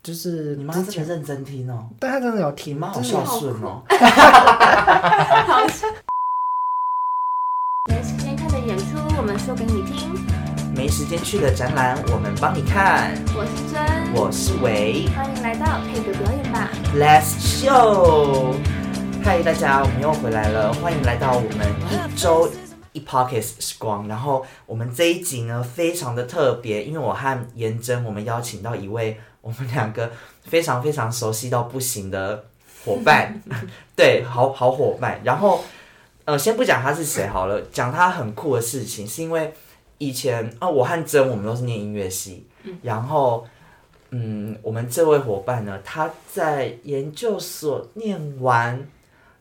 就是你妈之真的前，认真听哦，但他真的有你听妈好就是孝顺哦。好笑。没时间看的演出，我们说给你听。没时间去的展览，我们帮你看。我是真，我是维欢迎来到配个表演吧。 ，Let's Show。嗨，大家，我们又回来了，欢迎来到我们一周一 Pockets 时光。然后我们这一集呢，非常的特别，因为我和颜真，我们邀请到一位我们两个非常非常熟悉到不行的伙伴， 对，好好伙伴。然后，呃，先不讲他是谁好了，讲他很酷的事情，是因为以前啊、我和真我们都是念音乐系，然后。嗯，我们这位伙伴呢，他在研究所念完，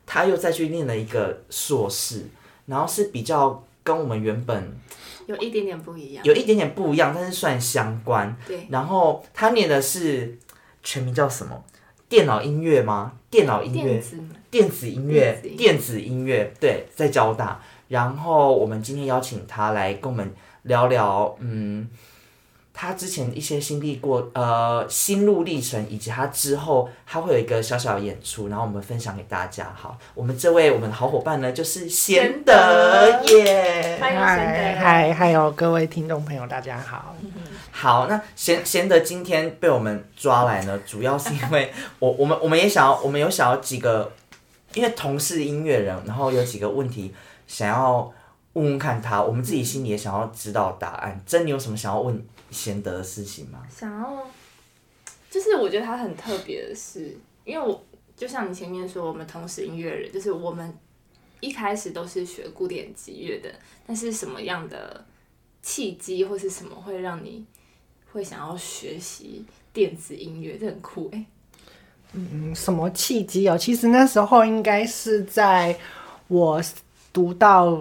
他又再去念了一个硕士，然后是比较跟我们原本有一点点不一样，有一点点不一样，但是算相关。对，然后他念的是全名叫什么？电脑音乐吗？电脑音乐电，子嘛电子音乐电子音，乐电子音乐，对，在交大。然后我们今天邀请他来跟我们聊聊，嗯，他之前一些经历过，呃，心路历程，以及他之后他会有一个小小的演出，然后我们分享给大家。好，我们这位我们的好伙伴呢，就是贤德贤德耶。欢迎嗨贤德。嗨，还有各位听众朋友，大家好。好，那贤贤德今天被我们抓来呢，主要是因 为我我们我们也想要，我们有想要几个，因为同是音乐人，然后有几个问题想要问问看他，我们嗯自己心里也想要知道答案。真，你有什么想要问贤德的事情吗？想要，就是我觉得他很特别的是，因为我就像你前面说，我们同时音乐人，就是我们一开始都是学古典吉乐的，但是什么样的契机或是什么会让你会想要学习电子音乐？这很酷哎、嗯，什么契机哦？其实那时候应该是在我读到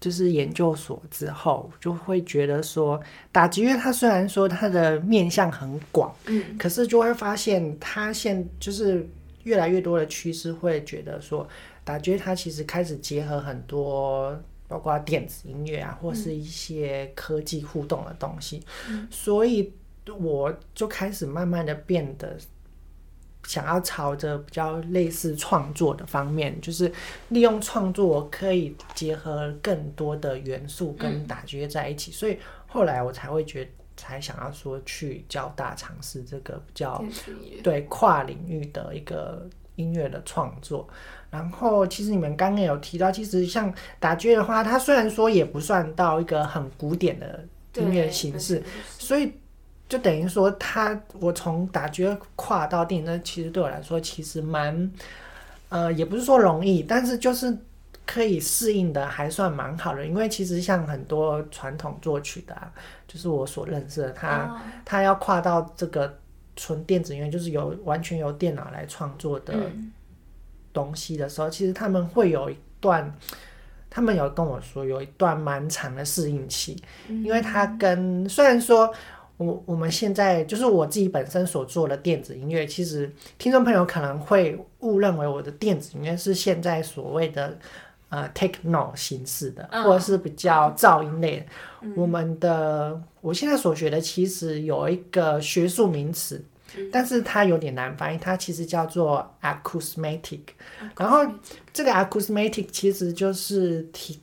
就是研究所之后，就会觉得说，打击乐它虽然说它的面向很广，嗯，可是就会发现它现就是越来越多的趋势会觉得说，打击乐它其实开始结合很多。包括电子音乐啊，或是一些科技互动的东西，所以我就开始慢慢的变得想要朝着比较类似创作的方面，就是利用创作我可以结合更多的元素跟打击乐在一起，所以后来我才会觉才想要说去交大尝试这个比较电子音乐，对跨领域的一个音乐的创作。然后，其实你们刚刚有提到，其实像打击乐的话，它虽然说也不算到一个很古典的音乐对形对式，对对所以就等于说他，我从打击乐跨到电影，那其实对我来说其实蛮，呃，也不是说容易，但是就是可以适应的还算蛮好的。因为其实像很多传统作曲的、啊，就是我所认识的，他、哦他要跨到这个纯电子音乐，就是由完全由电脑来创作的嗯东西的时候，其实他们会有一段，他们有跟我说有一段蛮长的适应期，因为它跟虽然说。我我们现在就是我自己本身所做的电子音乐，其实听众朋友可能会误认为我的电子音乐是现在所谓的呃 techno 形式的，嗯或者是比较噪音类的。我们的呃我现在所学的其实有一个学术名词，但是它有点难翻译，它其实叫做 acousmatic。然后这个 acousmatic 其实就是提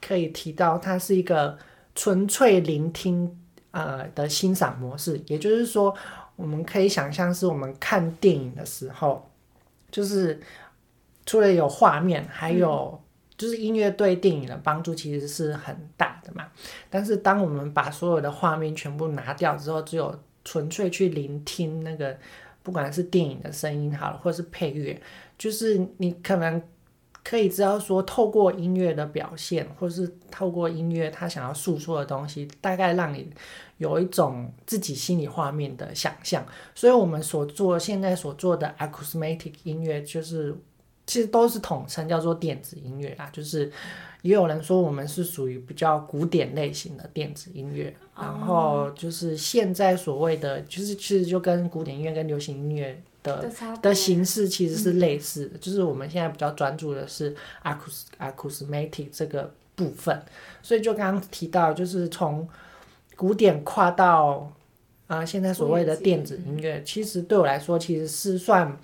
可以提到它是一个纯粹聆听呃的欣赏模式，也就是说，我们可以想象是我们看电影的时候，就是除了有画面，还有、就是音乐对电影的帮助其实是很大的嘛，但是当我们把所有的画面全部拿掉之后，只有纯粹去聆听那个，不管是电影的声音好了，或是配乐，就是你可能可以知道说，透过音乐的表现，或是透过音乐他想要诉说的东西，大概让你有一种自己心里画面的想象。所以我们所做现在所做的 acousmatic 音乐，就是其实都是统称叫做电子音乐啦，就是也有人说我们是属于比较古典类型的电子音乐，哦然后就是现在所谓的，就是其实就跟古典音乐跟流行音乐的的差别的形式其实是类似的，就是我们现在比较专注的是 acous acousmatic 这个部分，所以就刚刚提到，就是从古典跨到呃现在所谓的电子音乐，其实对我来说其实是算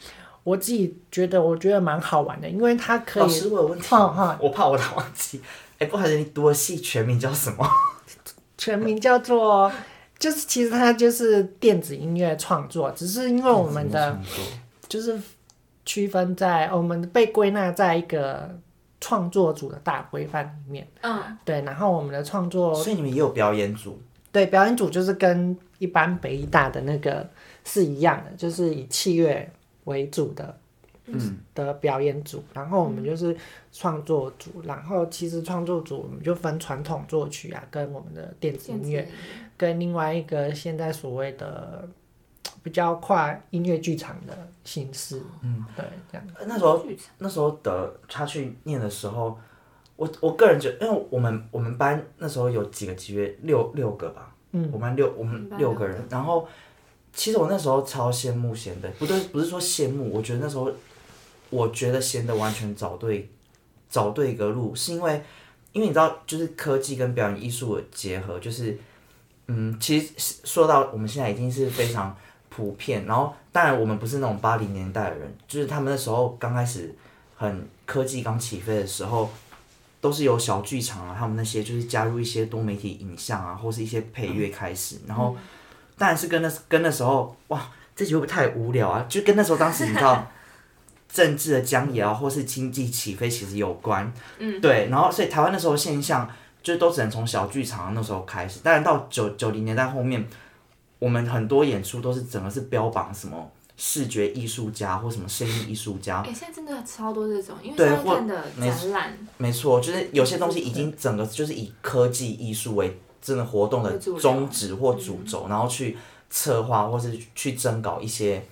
我自己觉得我觉得蛮好玩的，因为它可老以师，我有问题，哼哼我怕我老忘记。哎、不好意思，你多系全名叫什么？全名叫做，就是其实它就是电子音乐创作，只是因为我们的怎么创作就是区分在我们被归纳在一个创作组的大规范里面。嗯，对，然后我们的创作所以你们也有表演组，对表演组就是跟一般北艺大的那个是一样的，就是以器乐为主的。嗯的表演组，然后我们就是创作组，然后其实创作组我们就分传统作曲啊，跟我们的电子音乐。乐，跟另外一个现在所谓的比较跨音乐剧场的形式，嗯，对，这样呃那时候那时候的他去念的时候，我我个人觉得，因为我们我们班那时候有几个集约，六六个吧，嗯，我们班六我你们班六个人，然后其实我那时候超羡慕贤的，不对，不是说羡慕，我觉得那时候我觉得贤的完全找对找对一个路，是因为因为你知道，就是科技跟表演艺术的结合，就是嗯，其实说到我们现在已经是非常普遍，然后当然我们不是那种八零年代的人，就是他们那时候刚开始很科技刚起飞的时候，都是由小剧场啊，他们那些就是加入一些多媒体影像啊，或是一些配乐开始，然后当然是跟那跟那时候哇，这集会不会太无聊啊？就跟那时候当时你知道政治的僵也啊，或是经济起飞其实有关，嗯，对，然后所以台湾那时候现象就都只能从小剧场那时候开始，当然到九九零年代后面。我们很多演出都是整个是标榜什么视觉艺术家或什么声音艺术啊家，哎，现在真的超多这种，因为对现在或看的没展览没错，就是有些东西已经整个就是以科技艺术为真的活动的宗旨或主轴，然后去策划或是去征稿一些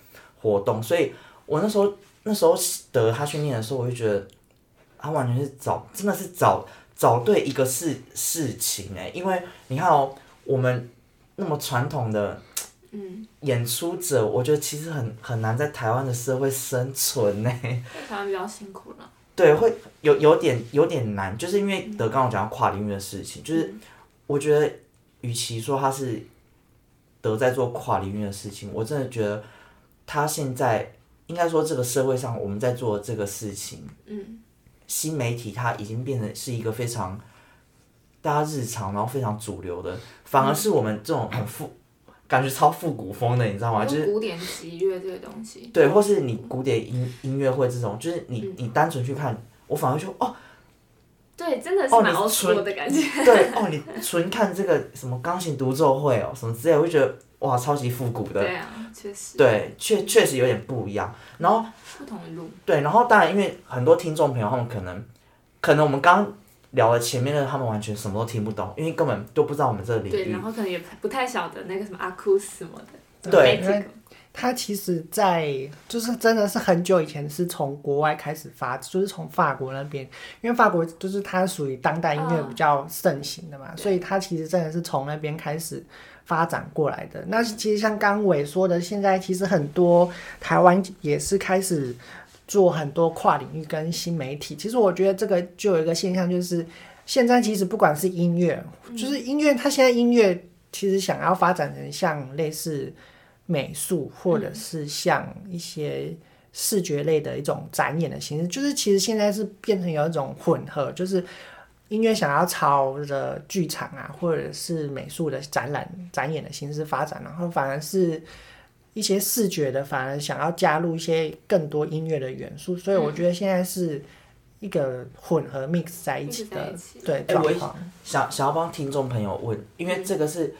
活动。所以我那时候那时候得他去念的时候，我就觉得他完全是找真的是找找对一个事事情哎、因为你看哦，我们那么传统的。演出者，我觉得其实很很难在台湾的社会生存欸呢、在台湾比较辛苦了，对，会有有点有点难，就是因为德刚我讲到跨领域的事情，就是我觉得，与其说他是德在做跨领域的事情，我真的觉得他现在应该说这个社会上我们在做这个事情，嗯，新媒体它已经变成是一个非常大家日常，然后非常主流的，反而是我们这种很复，感觉超复古风的，你知道吗？就是古典吉乐这个东西，对，或是你古典音音乐会这种，就是你你单纯去看，我反而就哦。对，真的是哦蛮你欧纯说的感觉。 对哦，你纯看这个什么钢琴独奏会哦，什么之类，我就觉得哇，超级复古的。对啊，确实，对，确确实有点不一样。然后不同的路，对，然后当然，因为很多听众朋友他们可能，可能我们刚聊了前面的，他们完全什么都听不懂，因为根本就不知道我们这个领对，然域。后可能也不太晓得那个什么阿库斯什么的，对这个它其实在，就是真的是很久以前是从国外开始发，就是从法国那边，因为法国就是它属于当代音乐嗯比较盛行的嘛，所以它其实真的是从那边开始发展过来的。那其实像刚伟说的，现在其实很多台湾也是开始做很多跨领域跟新媒体。其实我觉得这个就有一个现象，就是现在其实不管是音乐，就是音乐，它现在音乐其实想要发展成像类似。美术，或者是像一些视觉类的一种展演的形式，就是其实现在是变成有一种混合，就是音乐想要朝着剧场啊，或者是美术的展览展演的形式发展，然后反而是一些视觉的，反而想要加入一些更多音乐的元素，所以我觉得现在是一个混合 mix 在一起 mix 在的嗯一起对哎状我况。想想要帮听众朋友问，因为这个是，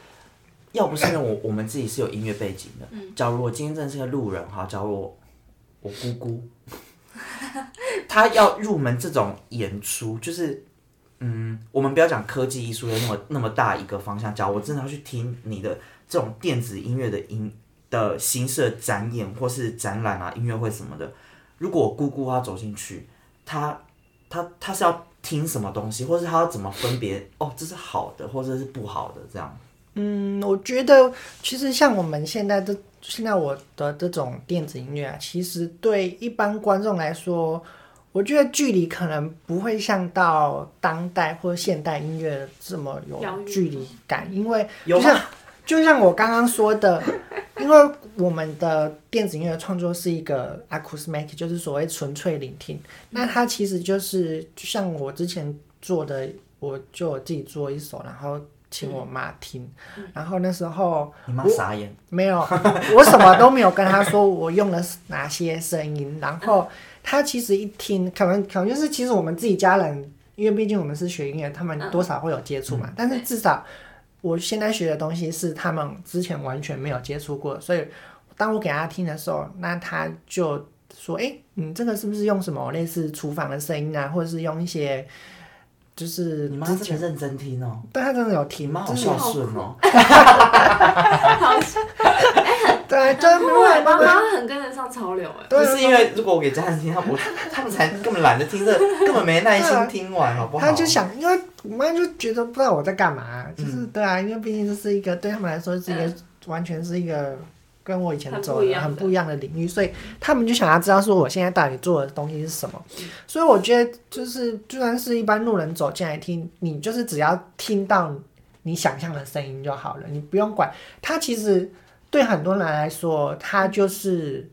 要不是因为我我们自己是有音乐背景的，假如我今天真的是个路人哈，假如我我姑姑， 她要入门这种演出，就是嗯，我们不要讲科技艺术的那么那么大一个方向，假如我真的要去听你的这种电子音乐的音的形式的展演或是展览啊音乐会什么的，如果我姑姑她走进去，她她她是要听什么东西，或是她要怎么分别哦，这是好的，或者是不好的这样。嗯，我觉得其实像我们现在这现在我的这种电子音乐啊，其实对一般观众来说，我觉得距离可能不会像到当代或现代音乐这么有遥远距离感，因为有就像就像我刚刚说的，因为我们的电子音乐创作是一个 acoustic，就是所谓纯粹聆听。那它其实就是，就像我之前做的，我就我自己做一首，然后请我妈听，然后那时候你妈傻眼，没有，我什么都没有跟他说，我用了哪些声音，然后他其实一听，可能可能就是其实我们自己家人，因为毕竟我们是学音乐，他们多少会有接触嘛，但是至少我现在学的东西是他们之前完全没有接触过，所以当我给他听的时候，那他就说，哎、你这个是不是用什么类似厨房的声音啊，或者是用一些就是你妈之这么前，认真听哦，对他呃真的有听，你妈好就是孝顺哦，对， 就是没有妈妈很跟得上潮流哎。对啊不是因为如果我给家人听，他 不，他们才根本懒得听这， 根本没耐心听完，好不好？他啊就想，因为我妈就觉得不知道我在干嘛、就是、对啊，因为毕竟这是一个对他们来说是一个、完全是一个跟我以前很走不一的样很的不一样的领域，所以他们就想要知道说我现在到底做的东西是什么。所以我觉得就是，就算是一般路人走进来听，你就是只要听到你想象的声音就好了，你不用管它。其实对很多人来说，它就是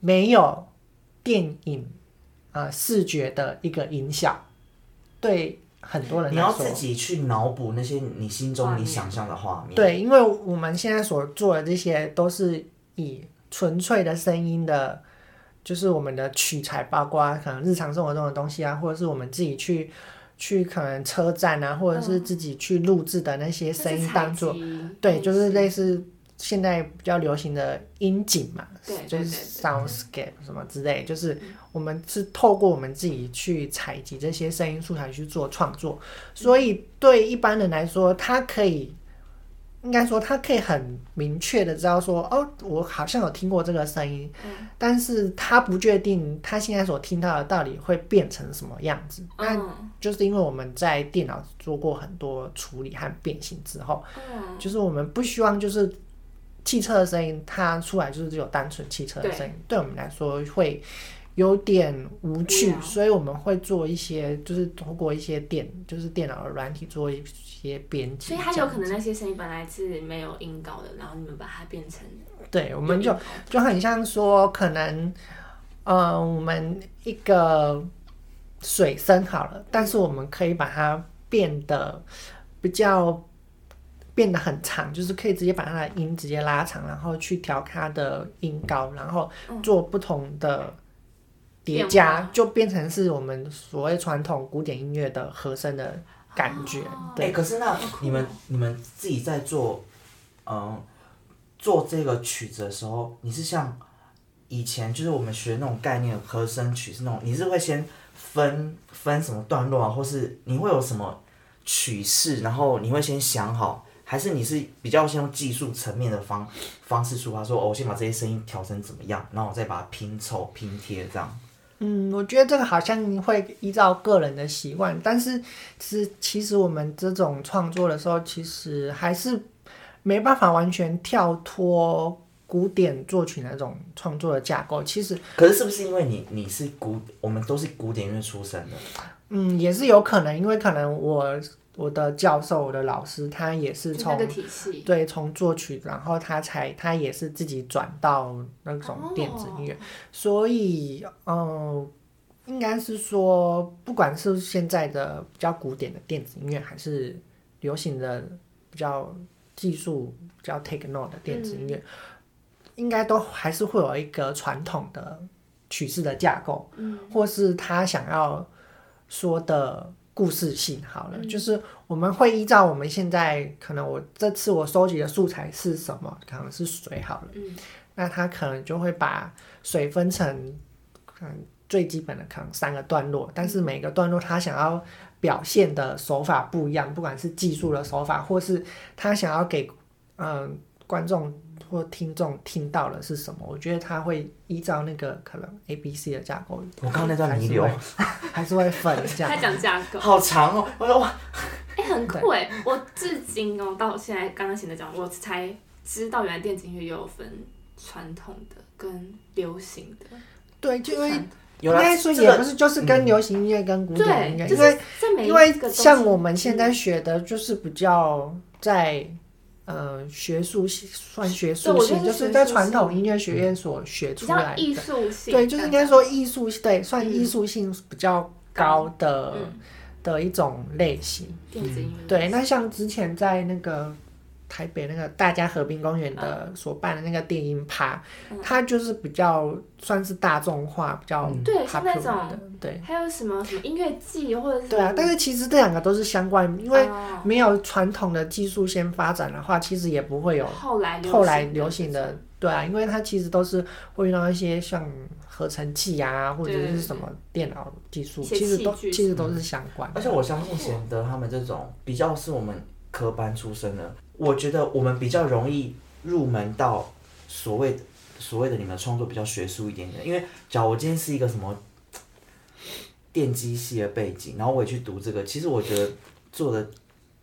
没有电影呃视觉的一个影响，对很多人你来要说自。己去脑补那些你心中你想象的画面。对，因为我们现在所做的这些都是以纯粹的声音的，就是我们的取材，包括可能日常生活中的东西啊，或者是我们自己去去可能车站啊，或者嗯是自己去录制的那些声音当做，对，就是类似现在比较流行的音景嘛，对对就是对嗯 soundscape 什么之类，就是我们是透过我们自己去采集这些声音素材去做创作，所以对一般人来说，他可以。应该说，他可以很明确的知道说，哦，我好像有听过这个声音，嗯但是他不确定他现在所听到的到底会变成什么样子。那嗯就是因为我们在电脑做过很多处理和变形之后，嗯，就是我们不希望就是汽车的声音，它出来就是只有单纯汽车的声音，对我们来说会有点无趣无，聊所以我们会做一些，就是通过一些电，就是电脑的软体做一些编辑，所以它这有样可能那些声音本来是没有音高的，然后你们把它变成对，我们有就音高就很像说，可能，呃，我们一个水声好了，但是我们可以把它变得比较变得很长，就是可以直接把它的音直接拉长，然后去调它的音高，然后做不同的叠嗯变加化，就变成是我们所谓传统古典音乐的和声的感觉。哎、对，可是那好酷哦你们你们自己在做，嗯，做这个曲子的时候，你是像以前就是我们学那种概念和声曲是那种，你是会先分分什么段落啊，或是你会有什么曲式，然后你会先想好，还是你是比较先用技术层面的方方式出发，说哦，我先把这些声音调成怎么样，然后我再把它拼凑拼贴这样。嗯，我觉得这个好像会依照个人的习惯，但是是其实我们这种创作的时候，其实还是没办法完全跳脱古典作曲那种创作的架构。其实，可是是不是因为你你是古，我们都是古典乐出身的，嗯，也是有可能，因为可能我我的教授、我的老师，他也是就那从个体系对，从作曲，然后他才他也是自己转到那种电子音乐，所以嗯、呃应该是说，不管是现在的比较古典的电子音乐，还是流行的比较技术比较 techno 的电子音乐，应该都还是会有一个传统的曲式的架构，或是他想要说的故事性。好了，就是我们会依照我们现在可能我这次我收集的素材是什么，可能是水好了，那他可能就会把水分成可能最基本的可能三个段落，但是每个段落他想要表现的手法不一样，不管是技术的手法，或是他想要给嗯、观众。或听众听到了是什么？我觉得他会依照那个可能 A、B、C 的架构，我刚刚那段还弥是留会。还是会 粉这 样他。讲架构，好长哦！我说哇，哎、很酷哎、我至今哦，到现在刚刚前面讲，我才知道原来电子音乐也有分传统的跟流行的。对，就因为有应啦该说这也个不是，就是嗯跟流行音乐跟古典音乐，对，就因为是在每一因为个东西嗯像我们现在学的，就是比较在呃学术系算学对术我觉性，就得是是学在术传性统音乐学院所学比出较来艺的。术性，对，就是应该说艺术，对，算嗯艺术性比较高的、嗯的一种类型。电子音乐，对，那像之前在那个台北那个大家河滨公园的、嗯所办的那个电音趴，它就是比较算是大众化，比较嗯对像那 popular 种的，对还有什么什么音乐季或者是对啊。但是其实这两个都是相关，因为哦没有传统的技术先发展的话，其实也不会有后来流后来行流行的，对啊，因为它其实都是会用到一些像合成器啊，或者对是什么电脑技术，一些其实都器具其实都是相关的。而且我相信贤德他们这种比较是我们科班出身的，我觉得我们比较容易入门到所谓所谓的你们创作比较学术一点点。因为假如我今天是一个什么电机系的背景，然后我也去读这个，其实我觉得做的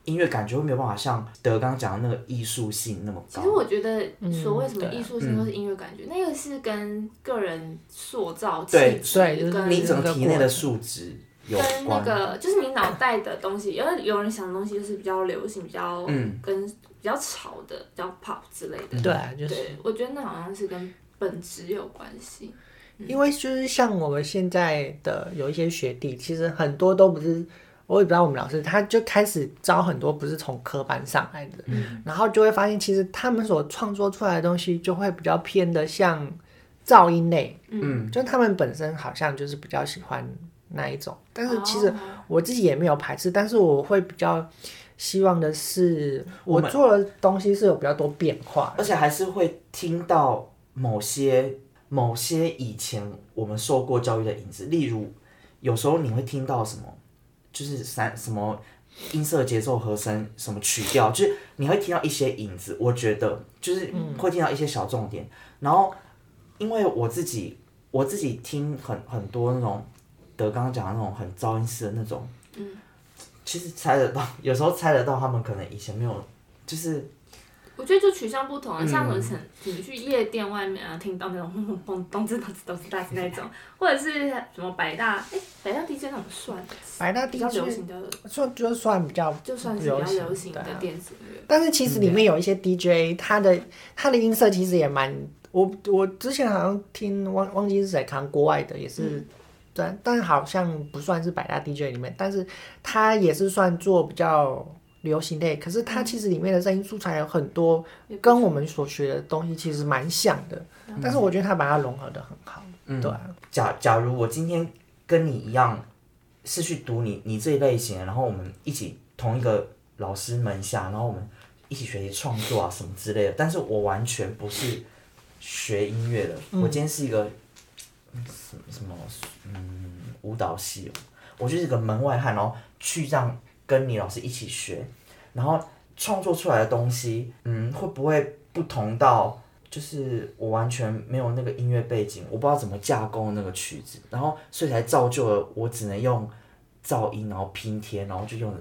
音乐感觉会没有办法像德刚讲的那个艺术性那么其高实。我觉得所谓嗯什么对啊艺术性或是音乐感觉，那个是跟个人塑造气对质对就是跟你整这个个体内的数值有跟关，那个就是你脑袋的东西，因为有人想的东西就是比较流行、比较嗯跟比较潮的、比较 pop 之类的。对啊，就是对，我觉得那好像是跟本质有关系。嗯因为就是像我们现在的有一些学弟，其实很多都不是，我也不知道我们老师，他就开始招很多不是从科班上来的，然后就会发现其实他们所创作出来的东西就会比较偏的像噪音类，嗯，就他们本身好像就是比较喜欢那一种，但是其实哦我自己也没有排斥，但是我会比较希望的是，我做的东西是有比较多变化的，而且还是会听到某些某些以前我们受过教育的影子，例如有时候你会听到什么，就是三什么音色、节奏、和声、什么曲调，就是你会听到一些影子。我觉得就是会听到一些小重点，然后因为我自己我自己听很很多那种德刚刚讲的那种很噪音式的那种，其实猜得到，有时候猜得到他们可能以前没有，就是我觉得就取向不同啊，像我曾你去夜店外面啊，听到那种砰砰砰咚吱咚吱咚吱咚吱那种，或者是什么百大哎、百大 DJ 那种算百大比地较区流行的，算就算比较就算是比较流行对的啊电子乐。但是其实里面有一些 DJ，他的他的音色其实也蛮，我我之前好像听忘忘记是谁，看国外的也是，但但好像不算是百大 DJ 里面，但是他也是算做比较流行类，可是他其实里面的声音素材有很多也不跟我们所学的东西其实蛮像的，但是我觉得他把它融合的很好，对啊，假假如我今天跟你一样是去读你你这一类型的，然后我们一起同一个老师门下，然后我们一起学习创作啊什么之类的，但是我完全不是学音乐的，我今天是一个嗯什么什么嗯舞蹈系哦，我就是一个门外汉，然后去这样跟你老师一起学，然后创作出来的东西，嗯，会不会不同到？就是我完全没有那个音乐背景，我不知道怎么架构那个曲子，然后所以才造就了我只能用噪音，然后拼贴，然后就用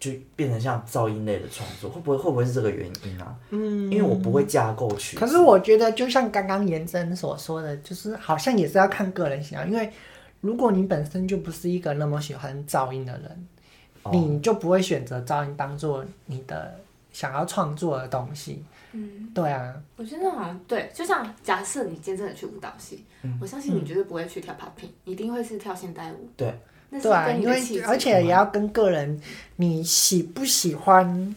就变成像噪音类的创作，会不会会不会是这个原因啊？嗯，因为我不会架构曲子，可是我觉得，就像刚刚延伸所说的，就是好像也是要看个人喜好，因为如果你本身就不是一个那么喜欢噪音的人，哦你就不会选择噪音当做你的想要创作的东西。嗯，对啊，我觉得好像对，就像假设你今天真的去舞蹈系，我相信你绝对不会去跳 popping，你一定会是跳现代舞。对，那是对啊，跟你因的气为质。而且也要跟个人你喜不喜欢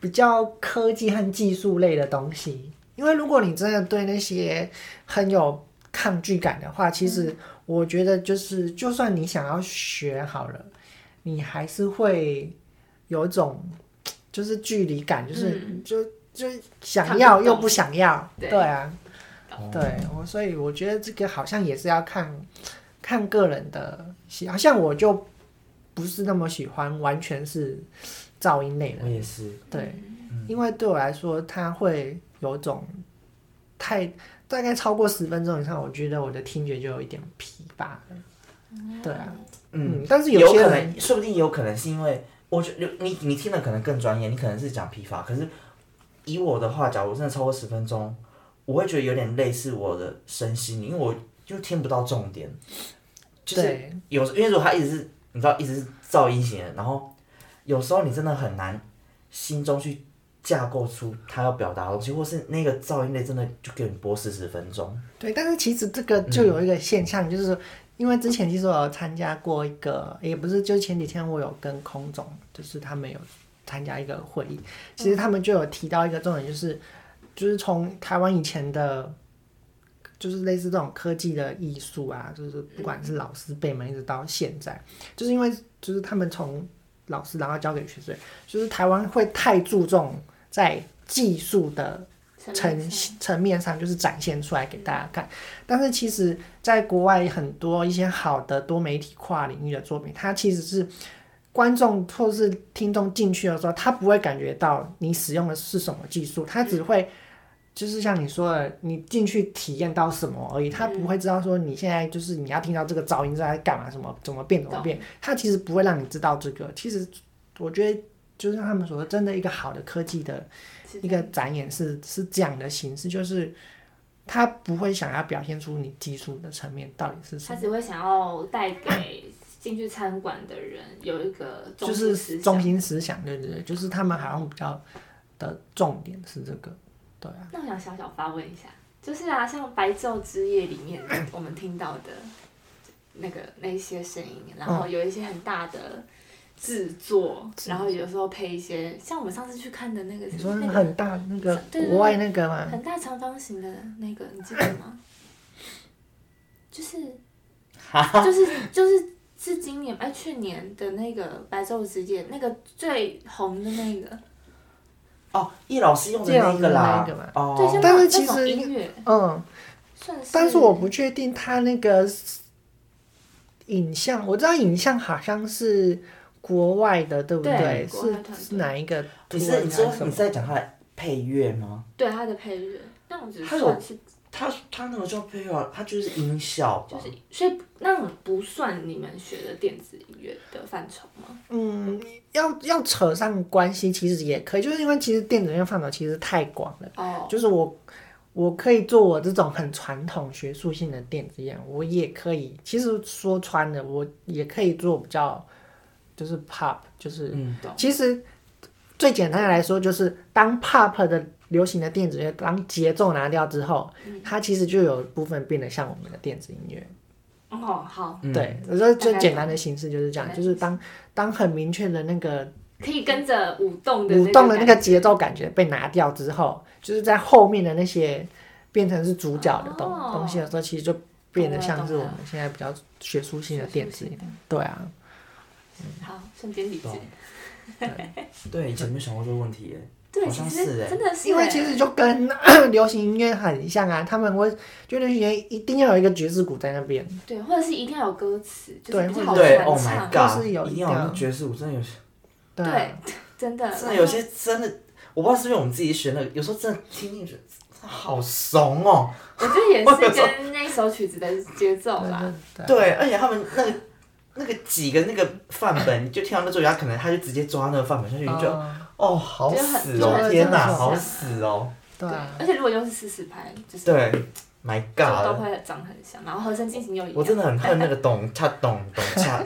比较科技和技术类的东西，因为如果你真的对那些很有抗拒感的话，其实嗯我觉得就是，就算你想要学好了，你还是会有一种就是距离感，就是、就就想看要嗯不懂又不想要，对对啊，哦对我所以我觉得这个好像也是要看看个人的喜好，像我就不是那么喜欢完全是噪音类的，我也是，对，嗯因为对我来说，它会有种太大概超过十分钟以上，我觉得我的听觉就有一点疲乏了。对啊，嗯，嗯，但是有些可人能，说不定有可能是因为我觉得你你听的可能更专业，你可能是讲批发，可是以我的话，假如真的超过十分钟，我会觉得有点类似我的身心灵，因为我就听不到重点，就是对有时因为如果他一直是你知道一直是噪音型的，然后有时候你真的很难心中去架构出他要表达的东西，或是那个噪音类真的就给你播四十分钟。对，但是其实这个就有一个现象，就是说因为之前其实我有参加过一个，也不是，就是前几天我有跟空总，就是他们有参加一个会议，其实他们就有提到一个重点，就是就是从台湾以前的。就是类似这种科技的艺术啊，就是不管是老师辈们，一直到现在，就是因为就是他们从老师然后交给学生，就是台湾会太注重在技术的层层面上就是展现出来给大家看。但是其实，在国外很多一些好的多媒体跨领域的作品，它其实是观众或是听众进去的时候，他不会感觉到你使用的是什么技术，他只会。就是像你说的，你进去体验到什么而已，他不会知道说你现在就是你要听到这个噪音是在干嘛，什么怎么变怎么变，他其实不会让你知道这个。其实我觉得，就像他们所说，真的一个好的科技的其实一个展演是是这样的形式，就是他不会想要表现出你技术的层面到底是什他么，只会想要带给进去餐馆的人有一个就呃心是思中想。心思想，对对对，就是他们好像比较的重点是这个，对啊，那我想小小发问一下，就是啊，像《白昼之夜》里面我们听到的那个那一些声音，然后有一些很大的制作，嗯制然后有时候配一些像我们上次去看的那个你什说么那那个个很大那个对对对国外那个嘛，很大长方形的那个，你记得 吗？就是就是就是是今年哎去年的那个《白昼之夜》那个最红的那个，哦，叶老师用的那个啦叶老师用的那个嘛，对，哦，像但那是其那种实音乐嗯，算是，但是我不确定他那个影像，我知道影像好像是国外的，对不对国外是团队是哪一个土你耳其是你还说是什你么？是在讲他的配乐吗？对它的配乐，那我只它是有算是他他那个叫配乐啊，他就是音效吧就。是，所以那种不算你们学的电子音乐的范畴吗？嗯，要要扯上关系，其实也可以，就是因为其实电子乐范畴其实太广了，哦，就是我我可以做我这种很传统学术性的电子乐，我也可以，其实说穿了，我也可以做比较就是 pop，就是嗯，其实最简单的来说，就是当 pop 的流行的电子乐，当节奏拿掉之后，嗯它其实就有部分变得像我们的电子音乐。哦，好，嗯对，我觉得最大概简单的形式就是这样，懂就是当当很明确的那个可以跟着舞动的舞动的那个感觉节奏感觉被拿掉之后，就是在后面的那些变成是主角的东、哦东西的时候，其实就变得像是懂我了懂了们现在比较学术性的电子乐。对啊，好，瞬间理解懂。对，以前没想过这个问题耶。对，好其像实是欸真的是欸，因为其实就跟流行音乐很像啊，他们会就流行音乐一定要有一个爵士鼓在那边，对，或者是一定要有歌词，就对是比较或者好对传，Oh 唱 my 或是有 God，一一定定要要有爵士舞，真的有些，对啊对真的，真的有些真的，我不知道是不是我们自己学那个，有时候真的听进去，真的好怂哦。我觉得 也是跟那首曲子的节奏啦，对对对，而且他们那个那个几个那个范本，就听到那作曲家，可能他就直接抓那个范本上去，你就啊哦，好死就哦，很天哪，就是很好死哦，对啊而且如果又是四四拍，就是对，My 就都 God，会长很像，然后和声进行又一样，我真的很恨那个咚 恰咚咚恰，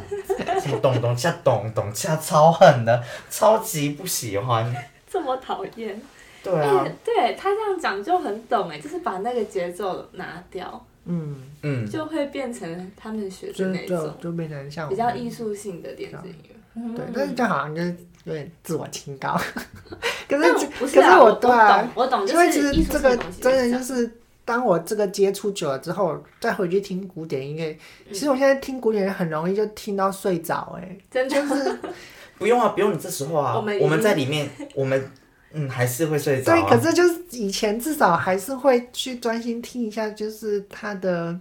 什么咚咚恰咚咚恰，超恨的，超级不喜欢。这么讨厌。对啊哎，，对他这样讲就很懂哎，就是把那个节奏拿掉，嗯，嗯，就会变成他们学的就那就种就变成像我比们较艺术性的电子音乐。嗯对，但是就好像就是有点自我清高， 可但是我不可是啊是我对啊，我哦懂，因我懂，就为其是实艺这术性的个东西真的这就样是，当我这个接触久了之后，再回去听古典音乐，嗯其实我现在听古典很容易就听到睡着，哎，真的就是不用啊，不用你这时候啊，我我们已们经在里面，我们嗯还是会睡着、对，啊。可是就是以前至少还是会去专心听一下，就是它的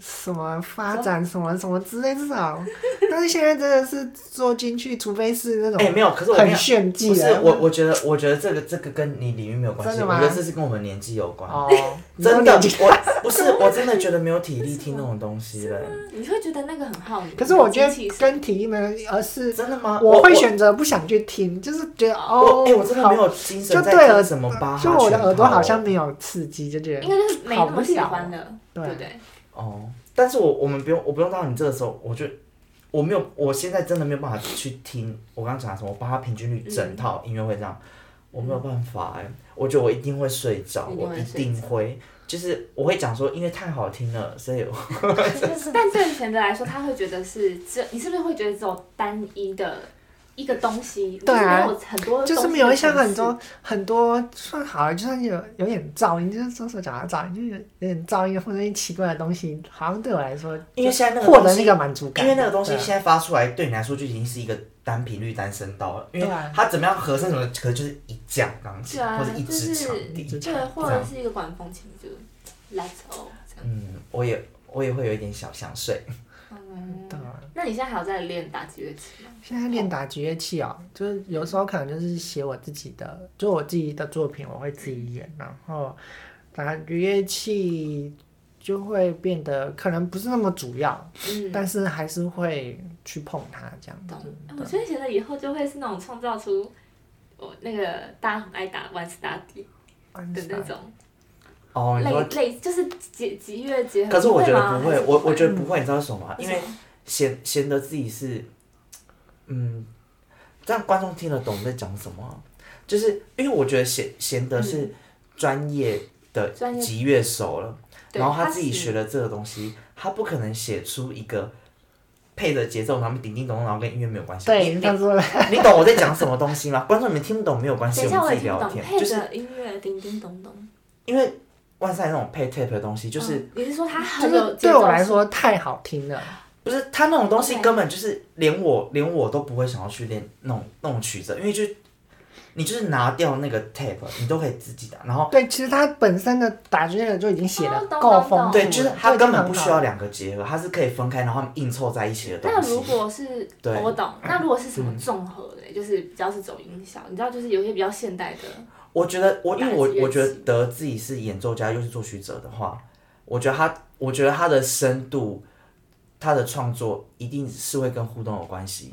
什么发展什么什么之类，至少。但是现在真的是坐进去，除非是那哎、种没有，可是我没很有。炫技不是的。我，我觉得，我觉得这个这个跟你领域没有关系，真的我吗觉得这是跟我们年纪有关。哦， 你真说的你已经，我不是，我真的觉得没有体力听那种东西了。你会觉得那个很耗你。可是我觉很精得气神跟体育没有，而是真的吗？我会选择不想去听，就是觉得我。我哦，哎、我真的没好，有精就神在对耳听什么巴哈就我的拳耳朵套好像没有刺激，就觉应得该就是没那好不么喜了欢了，对对不对？哦，但是我我们不用，我不用到你这个时候，我就我没有，我现在真的没有办法去听我刚刚讲的什么巴哈平均律整套音乐会这样，我没有办法哎、我觉得我一定会睡着，一定我会一睡着定会，就是我会讲说，因为太好听了，所以我但对前的来说，他会觉得是只有你是不是会觉得只有单一的一个东西？对啊你没有很多就是东西没的有像层很次多很多算好了，就算有有点噪音，就是说说讲到噪音，就是有点噪音或者一些奇怪的东西，好像对我来说因为现在那个获东得那西，个满足感，因为那个东西对啊现在发出来，对你来说就已经是一个单频率、单声道了，因为对啊它怎么样合声什么，可能就是一架钢琴对啊或者一支就是长一笛支。对，或者是一个管风琴，就 Let's all 这样。嗯，我也我也会有一点小想睡。嗯对，啊那你现在还有在练打击乐器吗？现在练打击乐器哦，就是有时候可能就是写我自己的，就我自己的作品，我会自己演，然后打击乐器就会变得可能不是那么主要，嗯，但是还是会去碰它这样子啊懂。哎我觉得写了以后就会是那种创造出我那个大家很爱打 One Study 的那种哦，你类说，类，就是集集乐结合。可是我觉得你不哎吗会，嗯我我觉得得不会，你知道为什么吗？因为显显得自己是，嗯，这样观众听得懂我们在讲什么啊、就是因为我觉得贤贤德是专业的嗯专业集乐手了，对然后他他自己是学了这个东西，他不可能写出一个配着节奏，然后叮叮咚咚，然后跟音乐没有关系。对，你你上次说你懂我在讲什么东西吗？观众你们听不懂没有关系，等一下们我自也己听不聊懂，天。配就是着音乐叮叮咚咚，因为万赛那种配 tape 的东西，就是、嗯你是说他就很有是节对奏我来性说太好听了。哦不是他那种东西 OK 根本就是连我连我都不会想要去练那种那种曲子，因为就你就是拿掉那个 tape，你都可以自己打，然后对，其实它本身的打击乐就已经写的哦懂够懂丰懂富了，对，就是它根本不需要就已经很好了。两个结合，它是可以分开，然后它们硬凑在一起的东那如西。果是对嗯我懂，那如果是什么综合的、就是比较是走音效，你知道，就是有一些比较现代的，我觉得我因为我打击乐器我觉得自己是演奏家又是作曲者的话，我觉得他我觉得他的深度，他的创作一定是会跟互动有关系，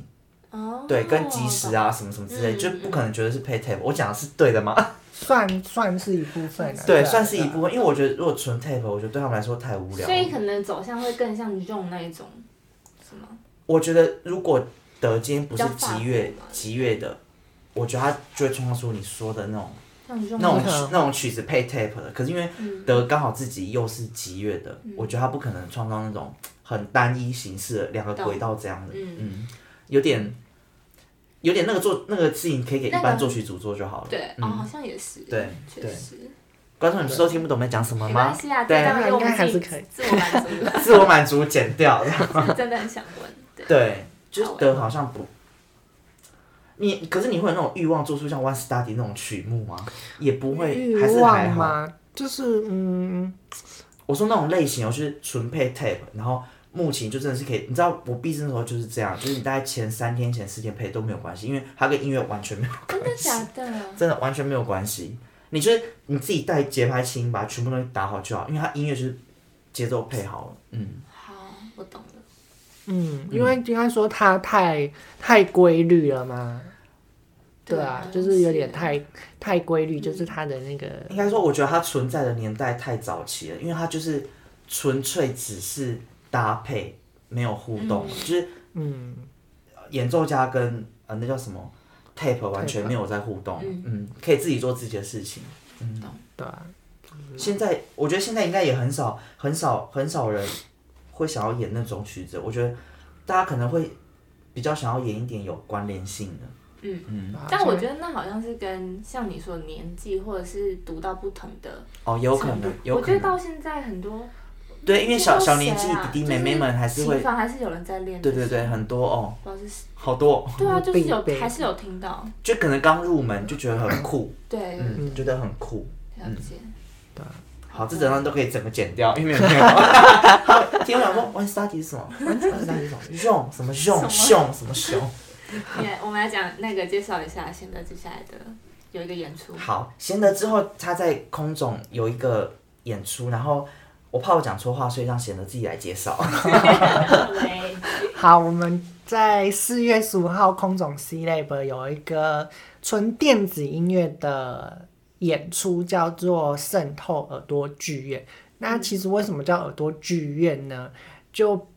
哦，对，跟即时啊什么什么之类，嗯就不可能觉得是配 tape。我讲的是对的吗？算算是一部分了，对，啊算是一部分，因为我觉得如果纯 tape，我觉得对他们来说太无聊所。以可能走向会更像你用那一种，什么？我觉得如果德今天不是比较法极乐国嘛极乐的，我觉得他就会创造出你说的那种像你用那种曲嗯那种曲子配 tape 的。可是因为嗯德刚好自己又是极乐的，我觉得他不可能创造那种很单一形式的两个轨道这样的，嗯嗯，有点有点那个做那个事情可以给一那般个作曲组做就好了。对、哦，好像也是，对确对实，观众你们是都听不懂我们在讲什么没关吗？系啊，对这样我应该还们自是己可以自我满足了，自我满足剪掉。真的很想问， 对，对，就是好欸德好像不。你可是你会有那种欲望做出像《One Study》那种曲目吗？也不会，还欲是还望好。嘛，就是嗯，我说那种类型哦，就是纯配 tape，然后木琴就真的是可以。你知道我毕生的时候就是这样，就是你大概前三天、前四天配都没有关系，因为它跟音乐完全没有真的假的？真的完全没有关系。你就是你自己带节拍器，你把全部东西打好就好，因为它音乐就是节奏配好了。嗯，好，我懂了，嗯，因为应该说它太太规律了嘛。对啊，就是有点太太规律，嗯就是它的那个应该说，我觉得它存在的年代太早期了，因为它就是纯粹只是搭配，没有互动，就是嗯，演奏家跟呃那叫什么 tape 完全没有在互动，嗯可以自己做自己的事情。对啊，现在我觉得现在应该也很少很少很少人会想要演那种曲子，我觉得大家可能会比较想要演一点有关联性的。嗯啊但我觉得那好像是跟像你说年纪，或者是读到不同的哦，有可程度能，有我可觉得能，到现在很多对，因为小小年纪这都谁啊弟弟妹妹们还是就是会，琴房还是有人在练，对对，对，很多哦，不知道是谁好多、哦，对啊，就是必备有还是有听到，就可能刚入门就觉得很酷，对，嗯，觉得很酷。了解，好，这整段都可以整个剪掉，因为没 有听到。听我讲说，One Study 是什么？One Study 是什么？用什么用凶什么凶？嗯 也我们来讲那个介绍一下贤哥接下来的有一个演出，好，贤德之后他在空总有一个演出，然后我怕我讲错话，所以让贤德自己来介绍。喂， 好，我们在四月十五号空总 C Lab 有一个纯电子音乐的演出，叫做《渗透耳朵剧院》。那其实为什么叫耳朵剧院呢？就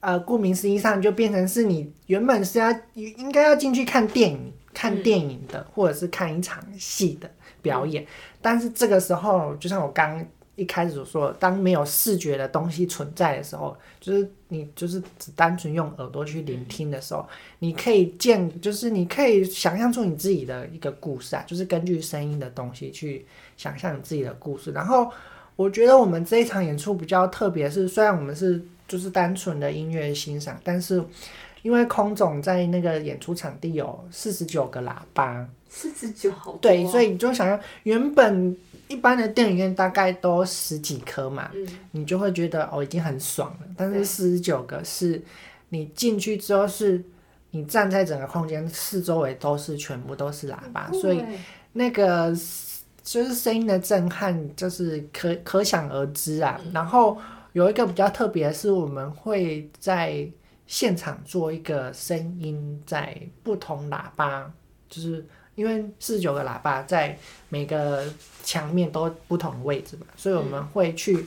呃，顾名思义上就变成是你原本是要应该要进去看电影，看电影的，或者是看一场戏的表演。但是这个时候，就像我刚一开始所说的，当没有视觉的东西存在的时候，就是你就是只单纯用耳朵去聆听的时候，你可以见，就是你可以想象出你自己的一个故事啊，就是根据声音的东西去想象你自己的故事。然后我觉得我们这一场演出比较特别是，虽然我们是就是单纯的音乐欣赏，但是因为空总在那个演出场地有四十九个喇叭，四十九好多哦，对，所以你就想要原本一般的电影院大概都十几颗嘛，嗯你就会觉得哦已经很爽了。但是对四十九个是你进去之后是。你站在整个空间，四周围都是全部都是喇叭，很酷所以欸那个就是声音的震撼，就是可可想而知啊。然后有一个比较特别的是，我们会在现场做一个声音，在不同喇叭，就是因为四十九个喇叭在每个墙面都不同的位置嘛，所以我们会去。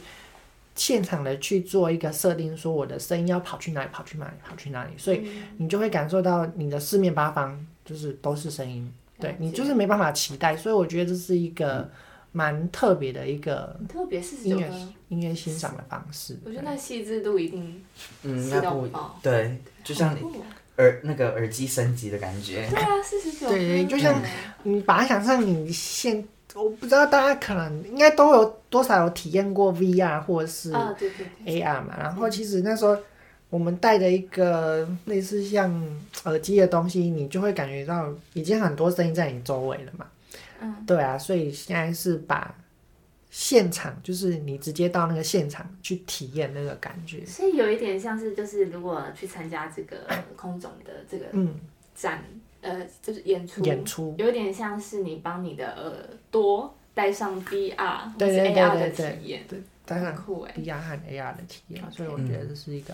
现场的去做一个设定，说我的声音要跑去哪里，跑去哪里，跑去哪里，所以你就会感受到你的四面八方就是都是声音，对了你解就是没办法期待，所以我觉得这是一个蛮特别的一个很特别四十音九乐颗，音乐欣赏的方式。我觉得那细致度一定嗯，应吃该到不饱，对，就像好酷哦耳那个耳机升级的感觉。对啊，四十九，对就像你把它想象你现，我不知道大家可能应该都有多少有体验过 VR 或者是啊，对对对， AR 嘛，然后其实那时候我们戴着一个类似像耳机的东西，你就会感觉到已经很多声音在你周围了嘛。嗯，对啊，所以现在是把现场，就是你直接到那个现场去体验那个感觉。所以有一点像是就是如果去参加这 个空总的这个嗯，展，呃，就是演出，演出，有点像是你帮你的耳朵戴上 VR 或对是对对 AR 的对对体验，对，当很然酷哎。 VR 和 AR 的体验， OK 所以我觉得这是一个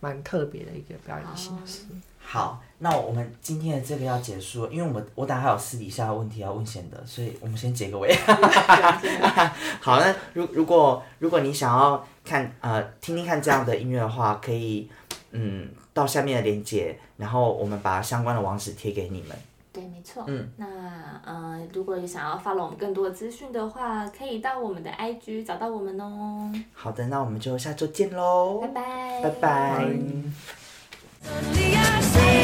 蛮特别的一个表演形式。好，那我们今天的这个要结束了，因为我们我等下还有私底下的问题要问贤德，所以我们先结个尾。 好，那如如果如果你想要看呃听听看这样的音乐的话，可以嗯到下面的链接，然后我们把相关的网址贴给你们。对，没错。嗯，那呃，如果有想要 follow 我们更多的资讯的话，可以到我们的 IG 找到我们哦。好的，那我们就下周见喽，拜拜，拜拜。 Suddenly I see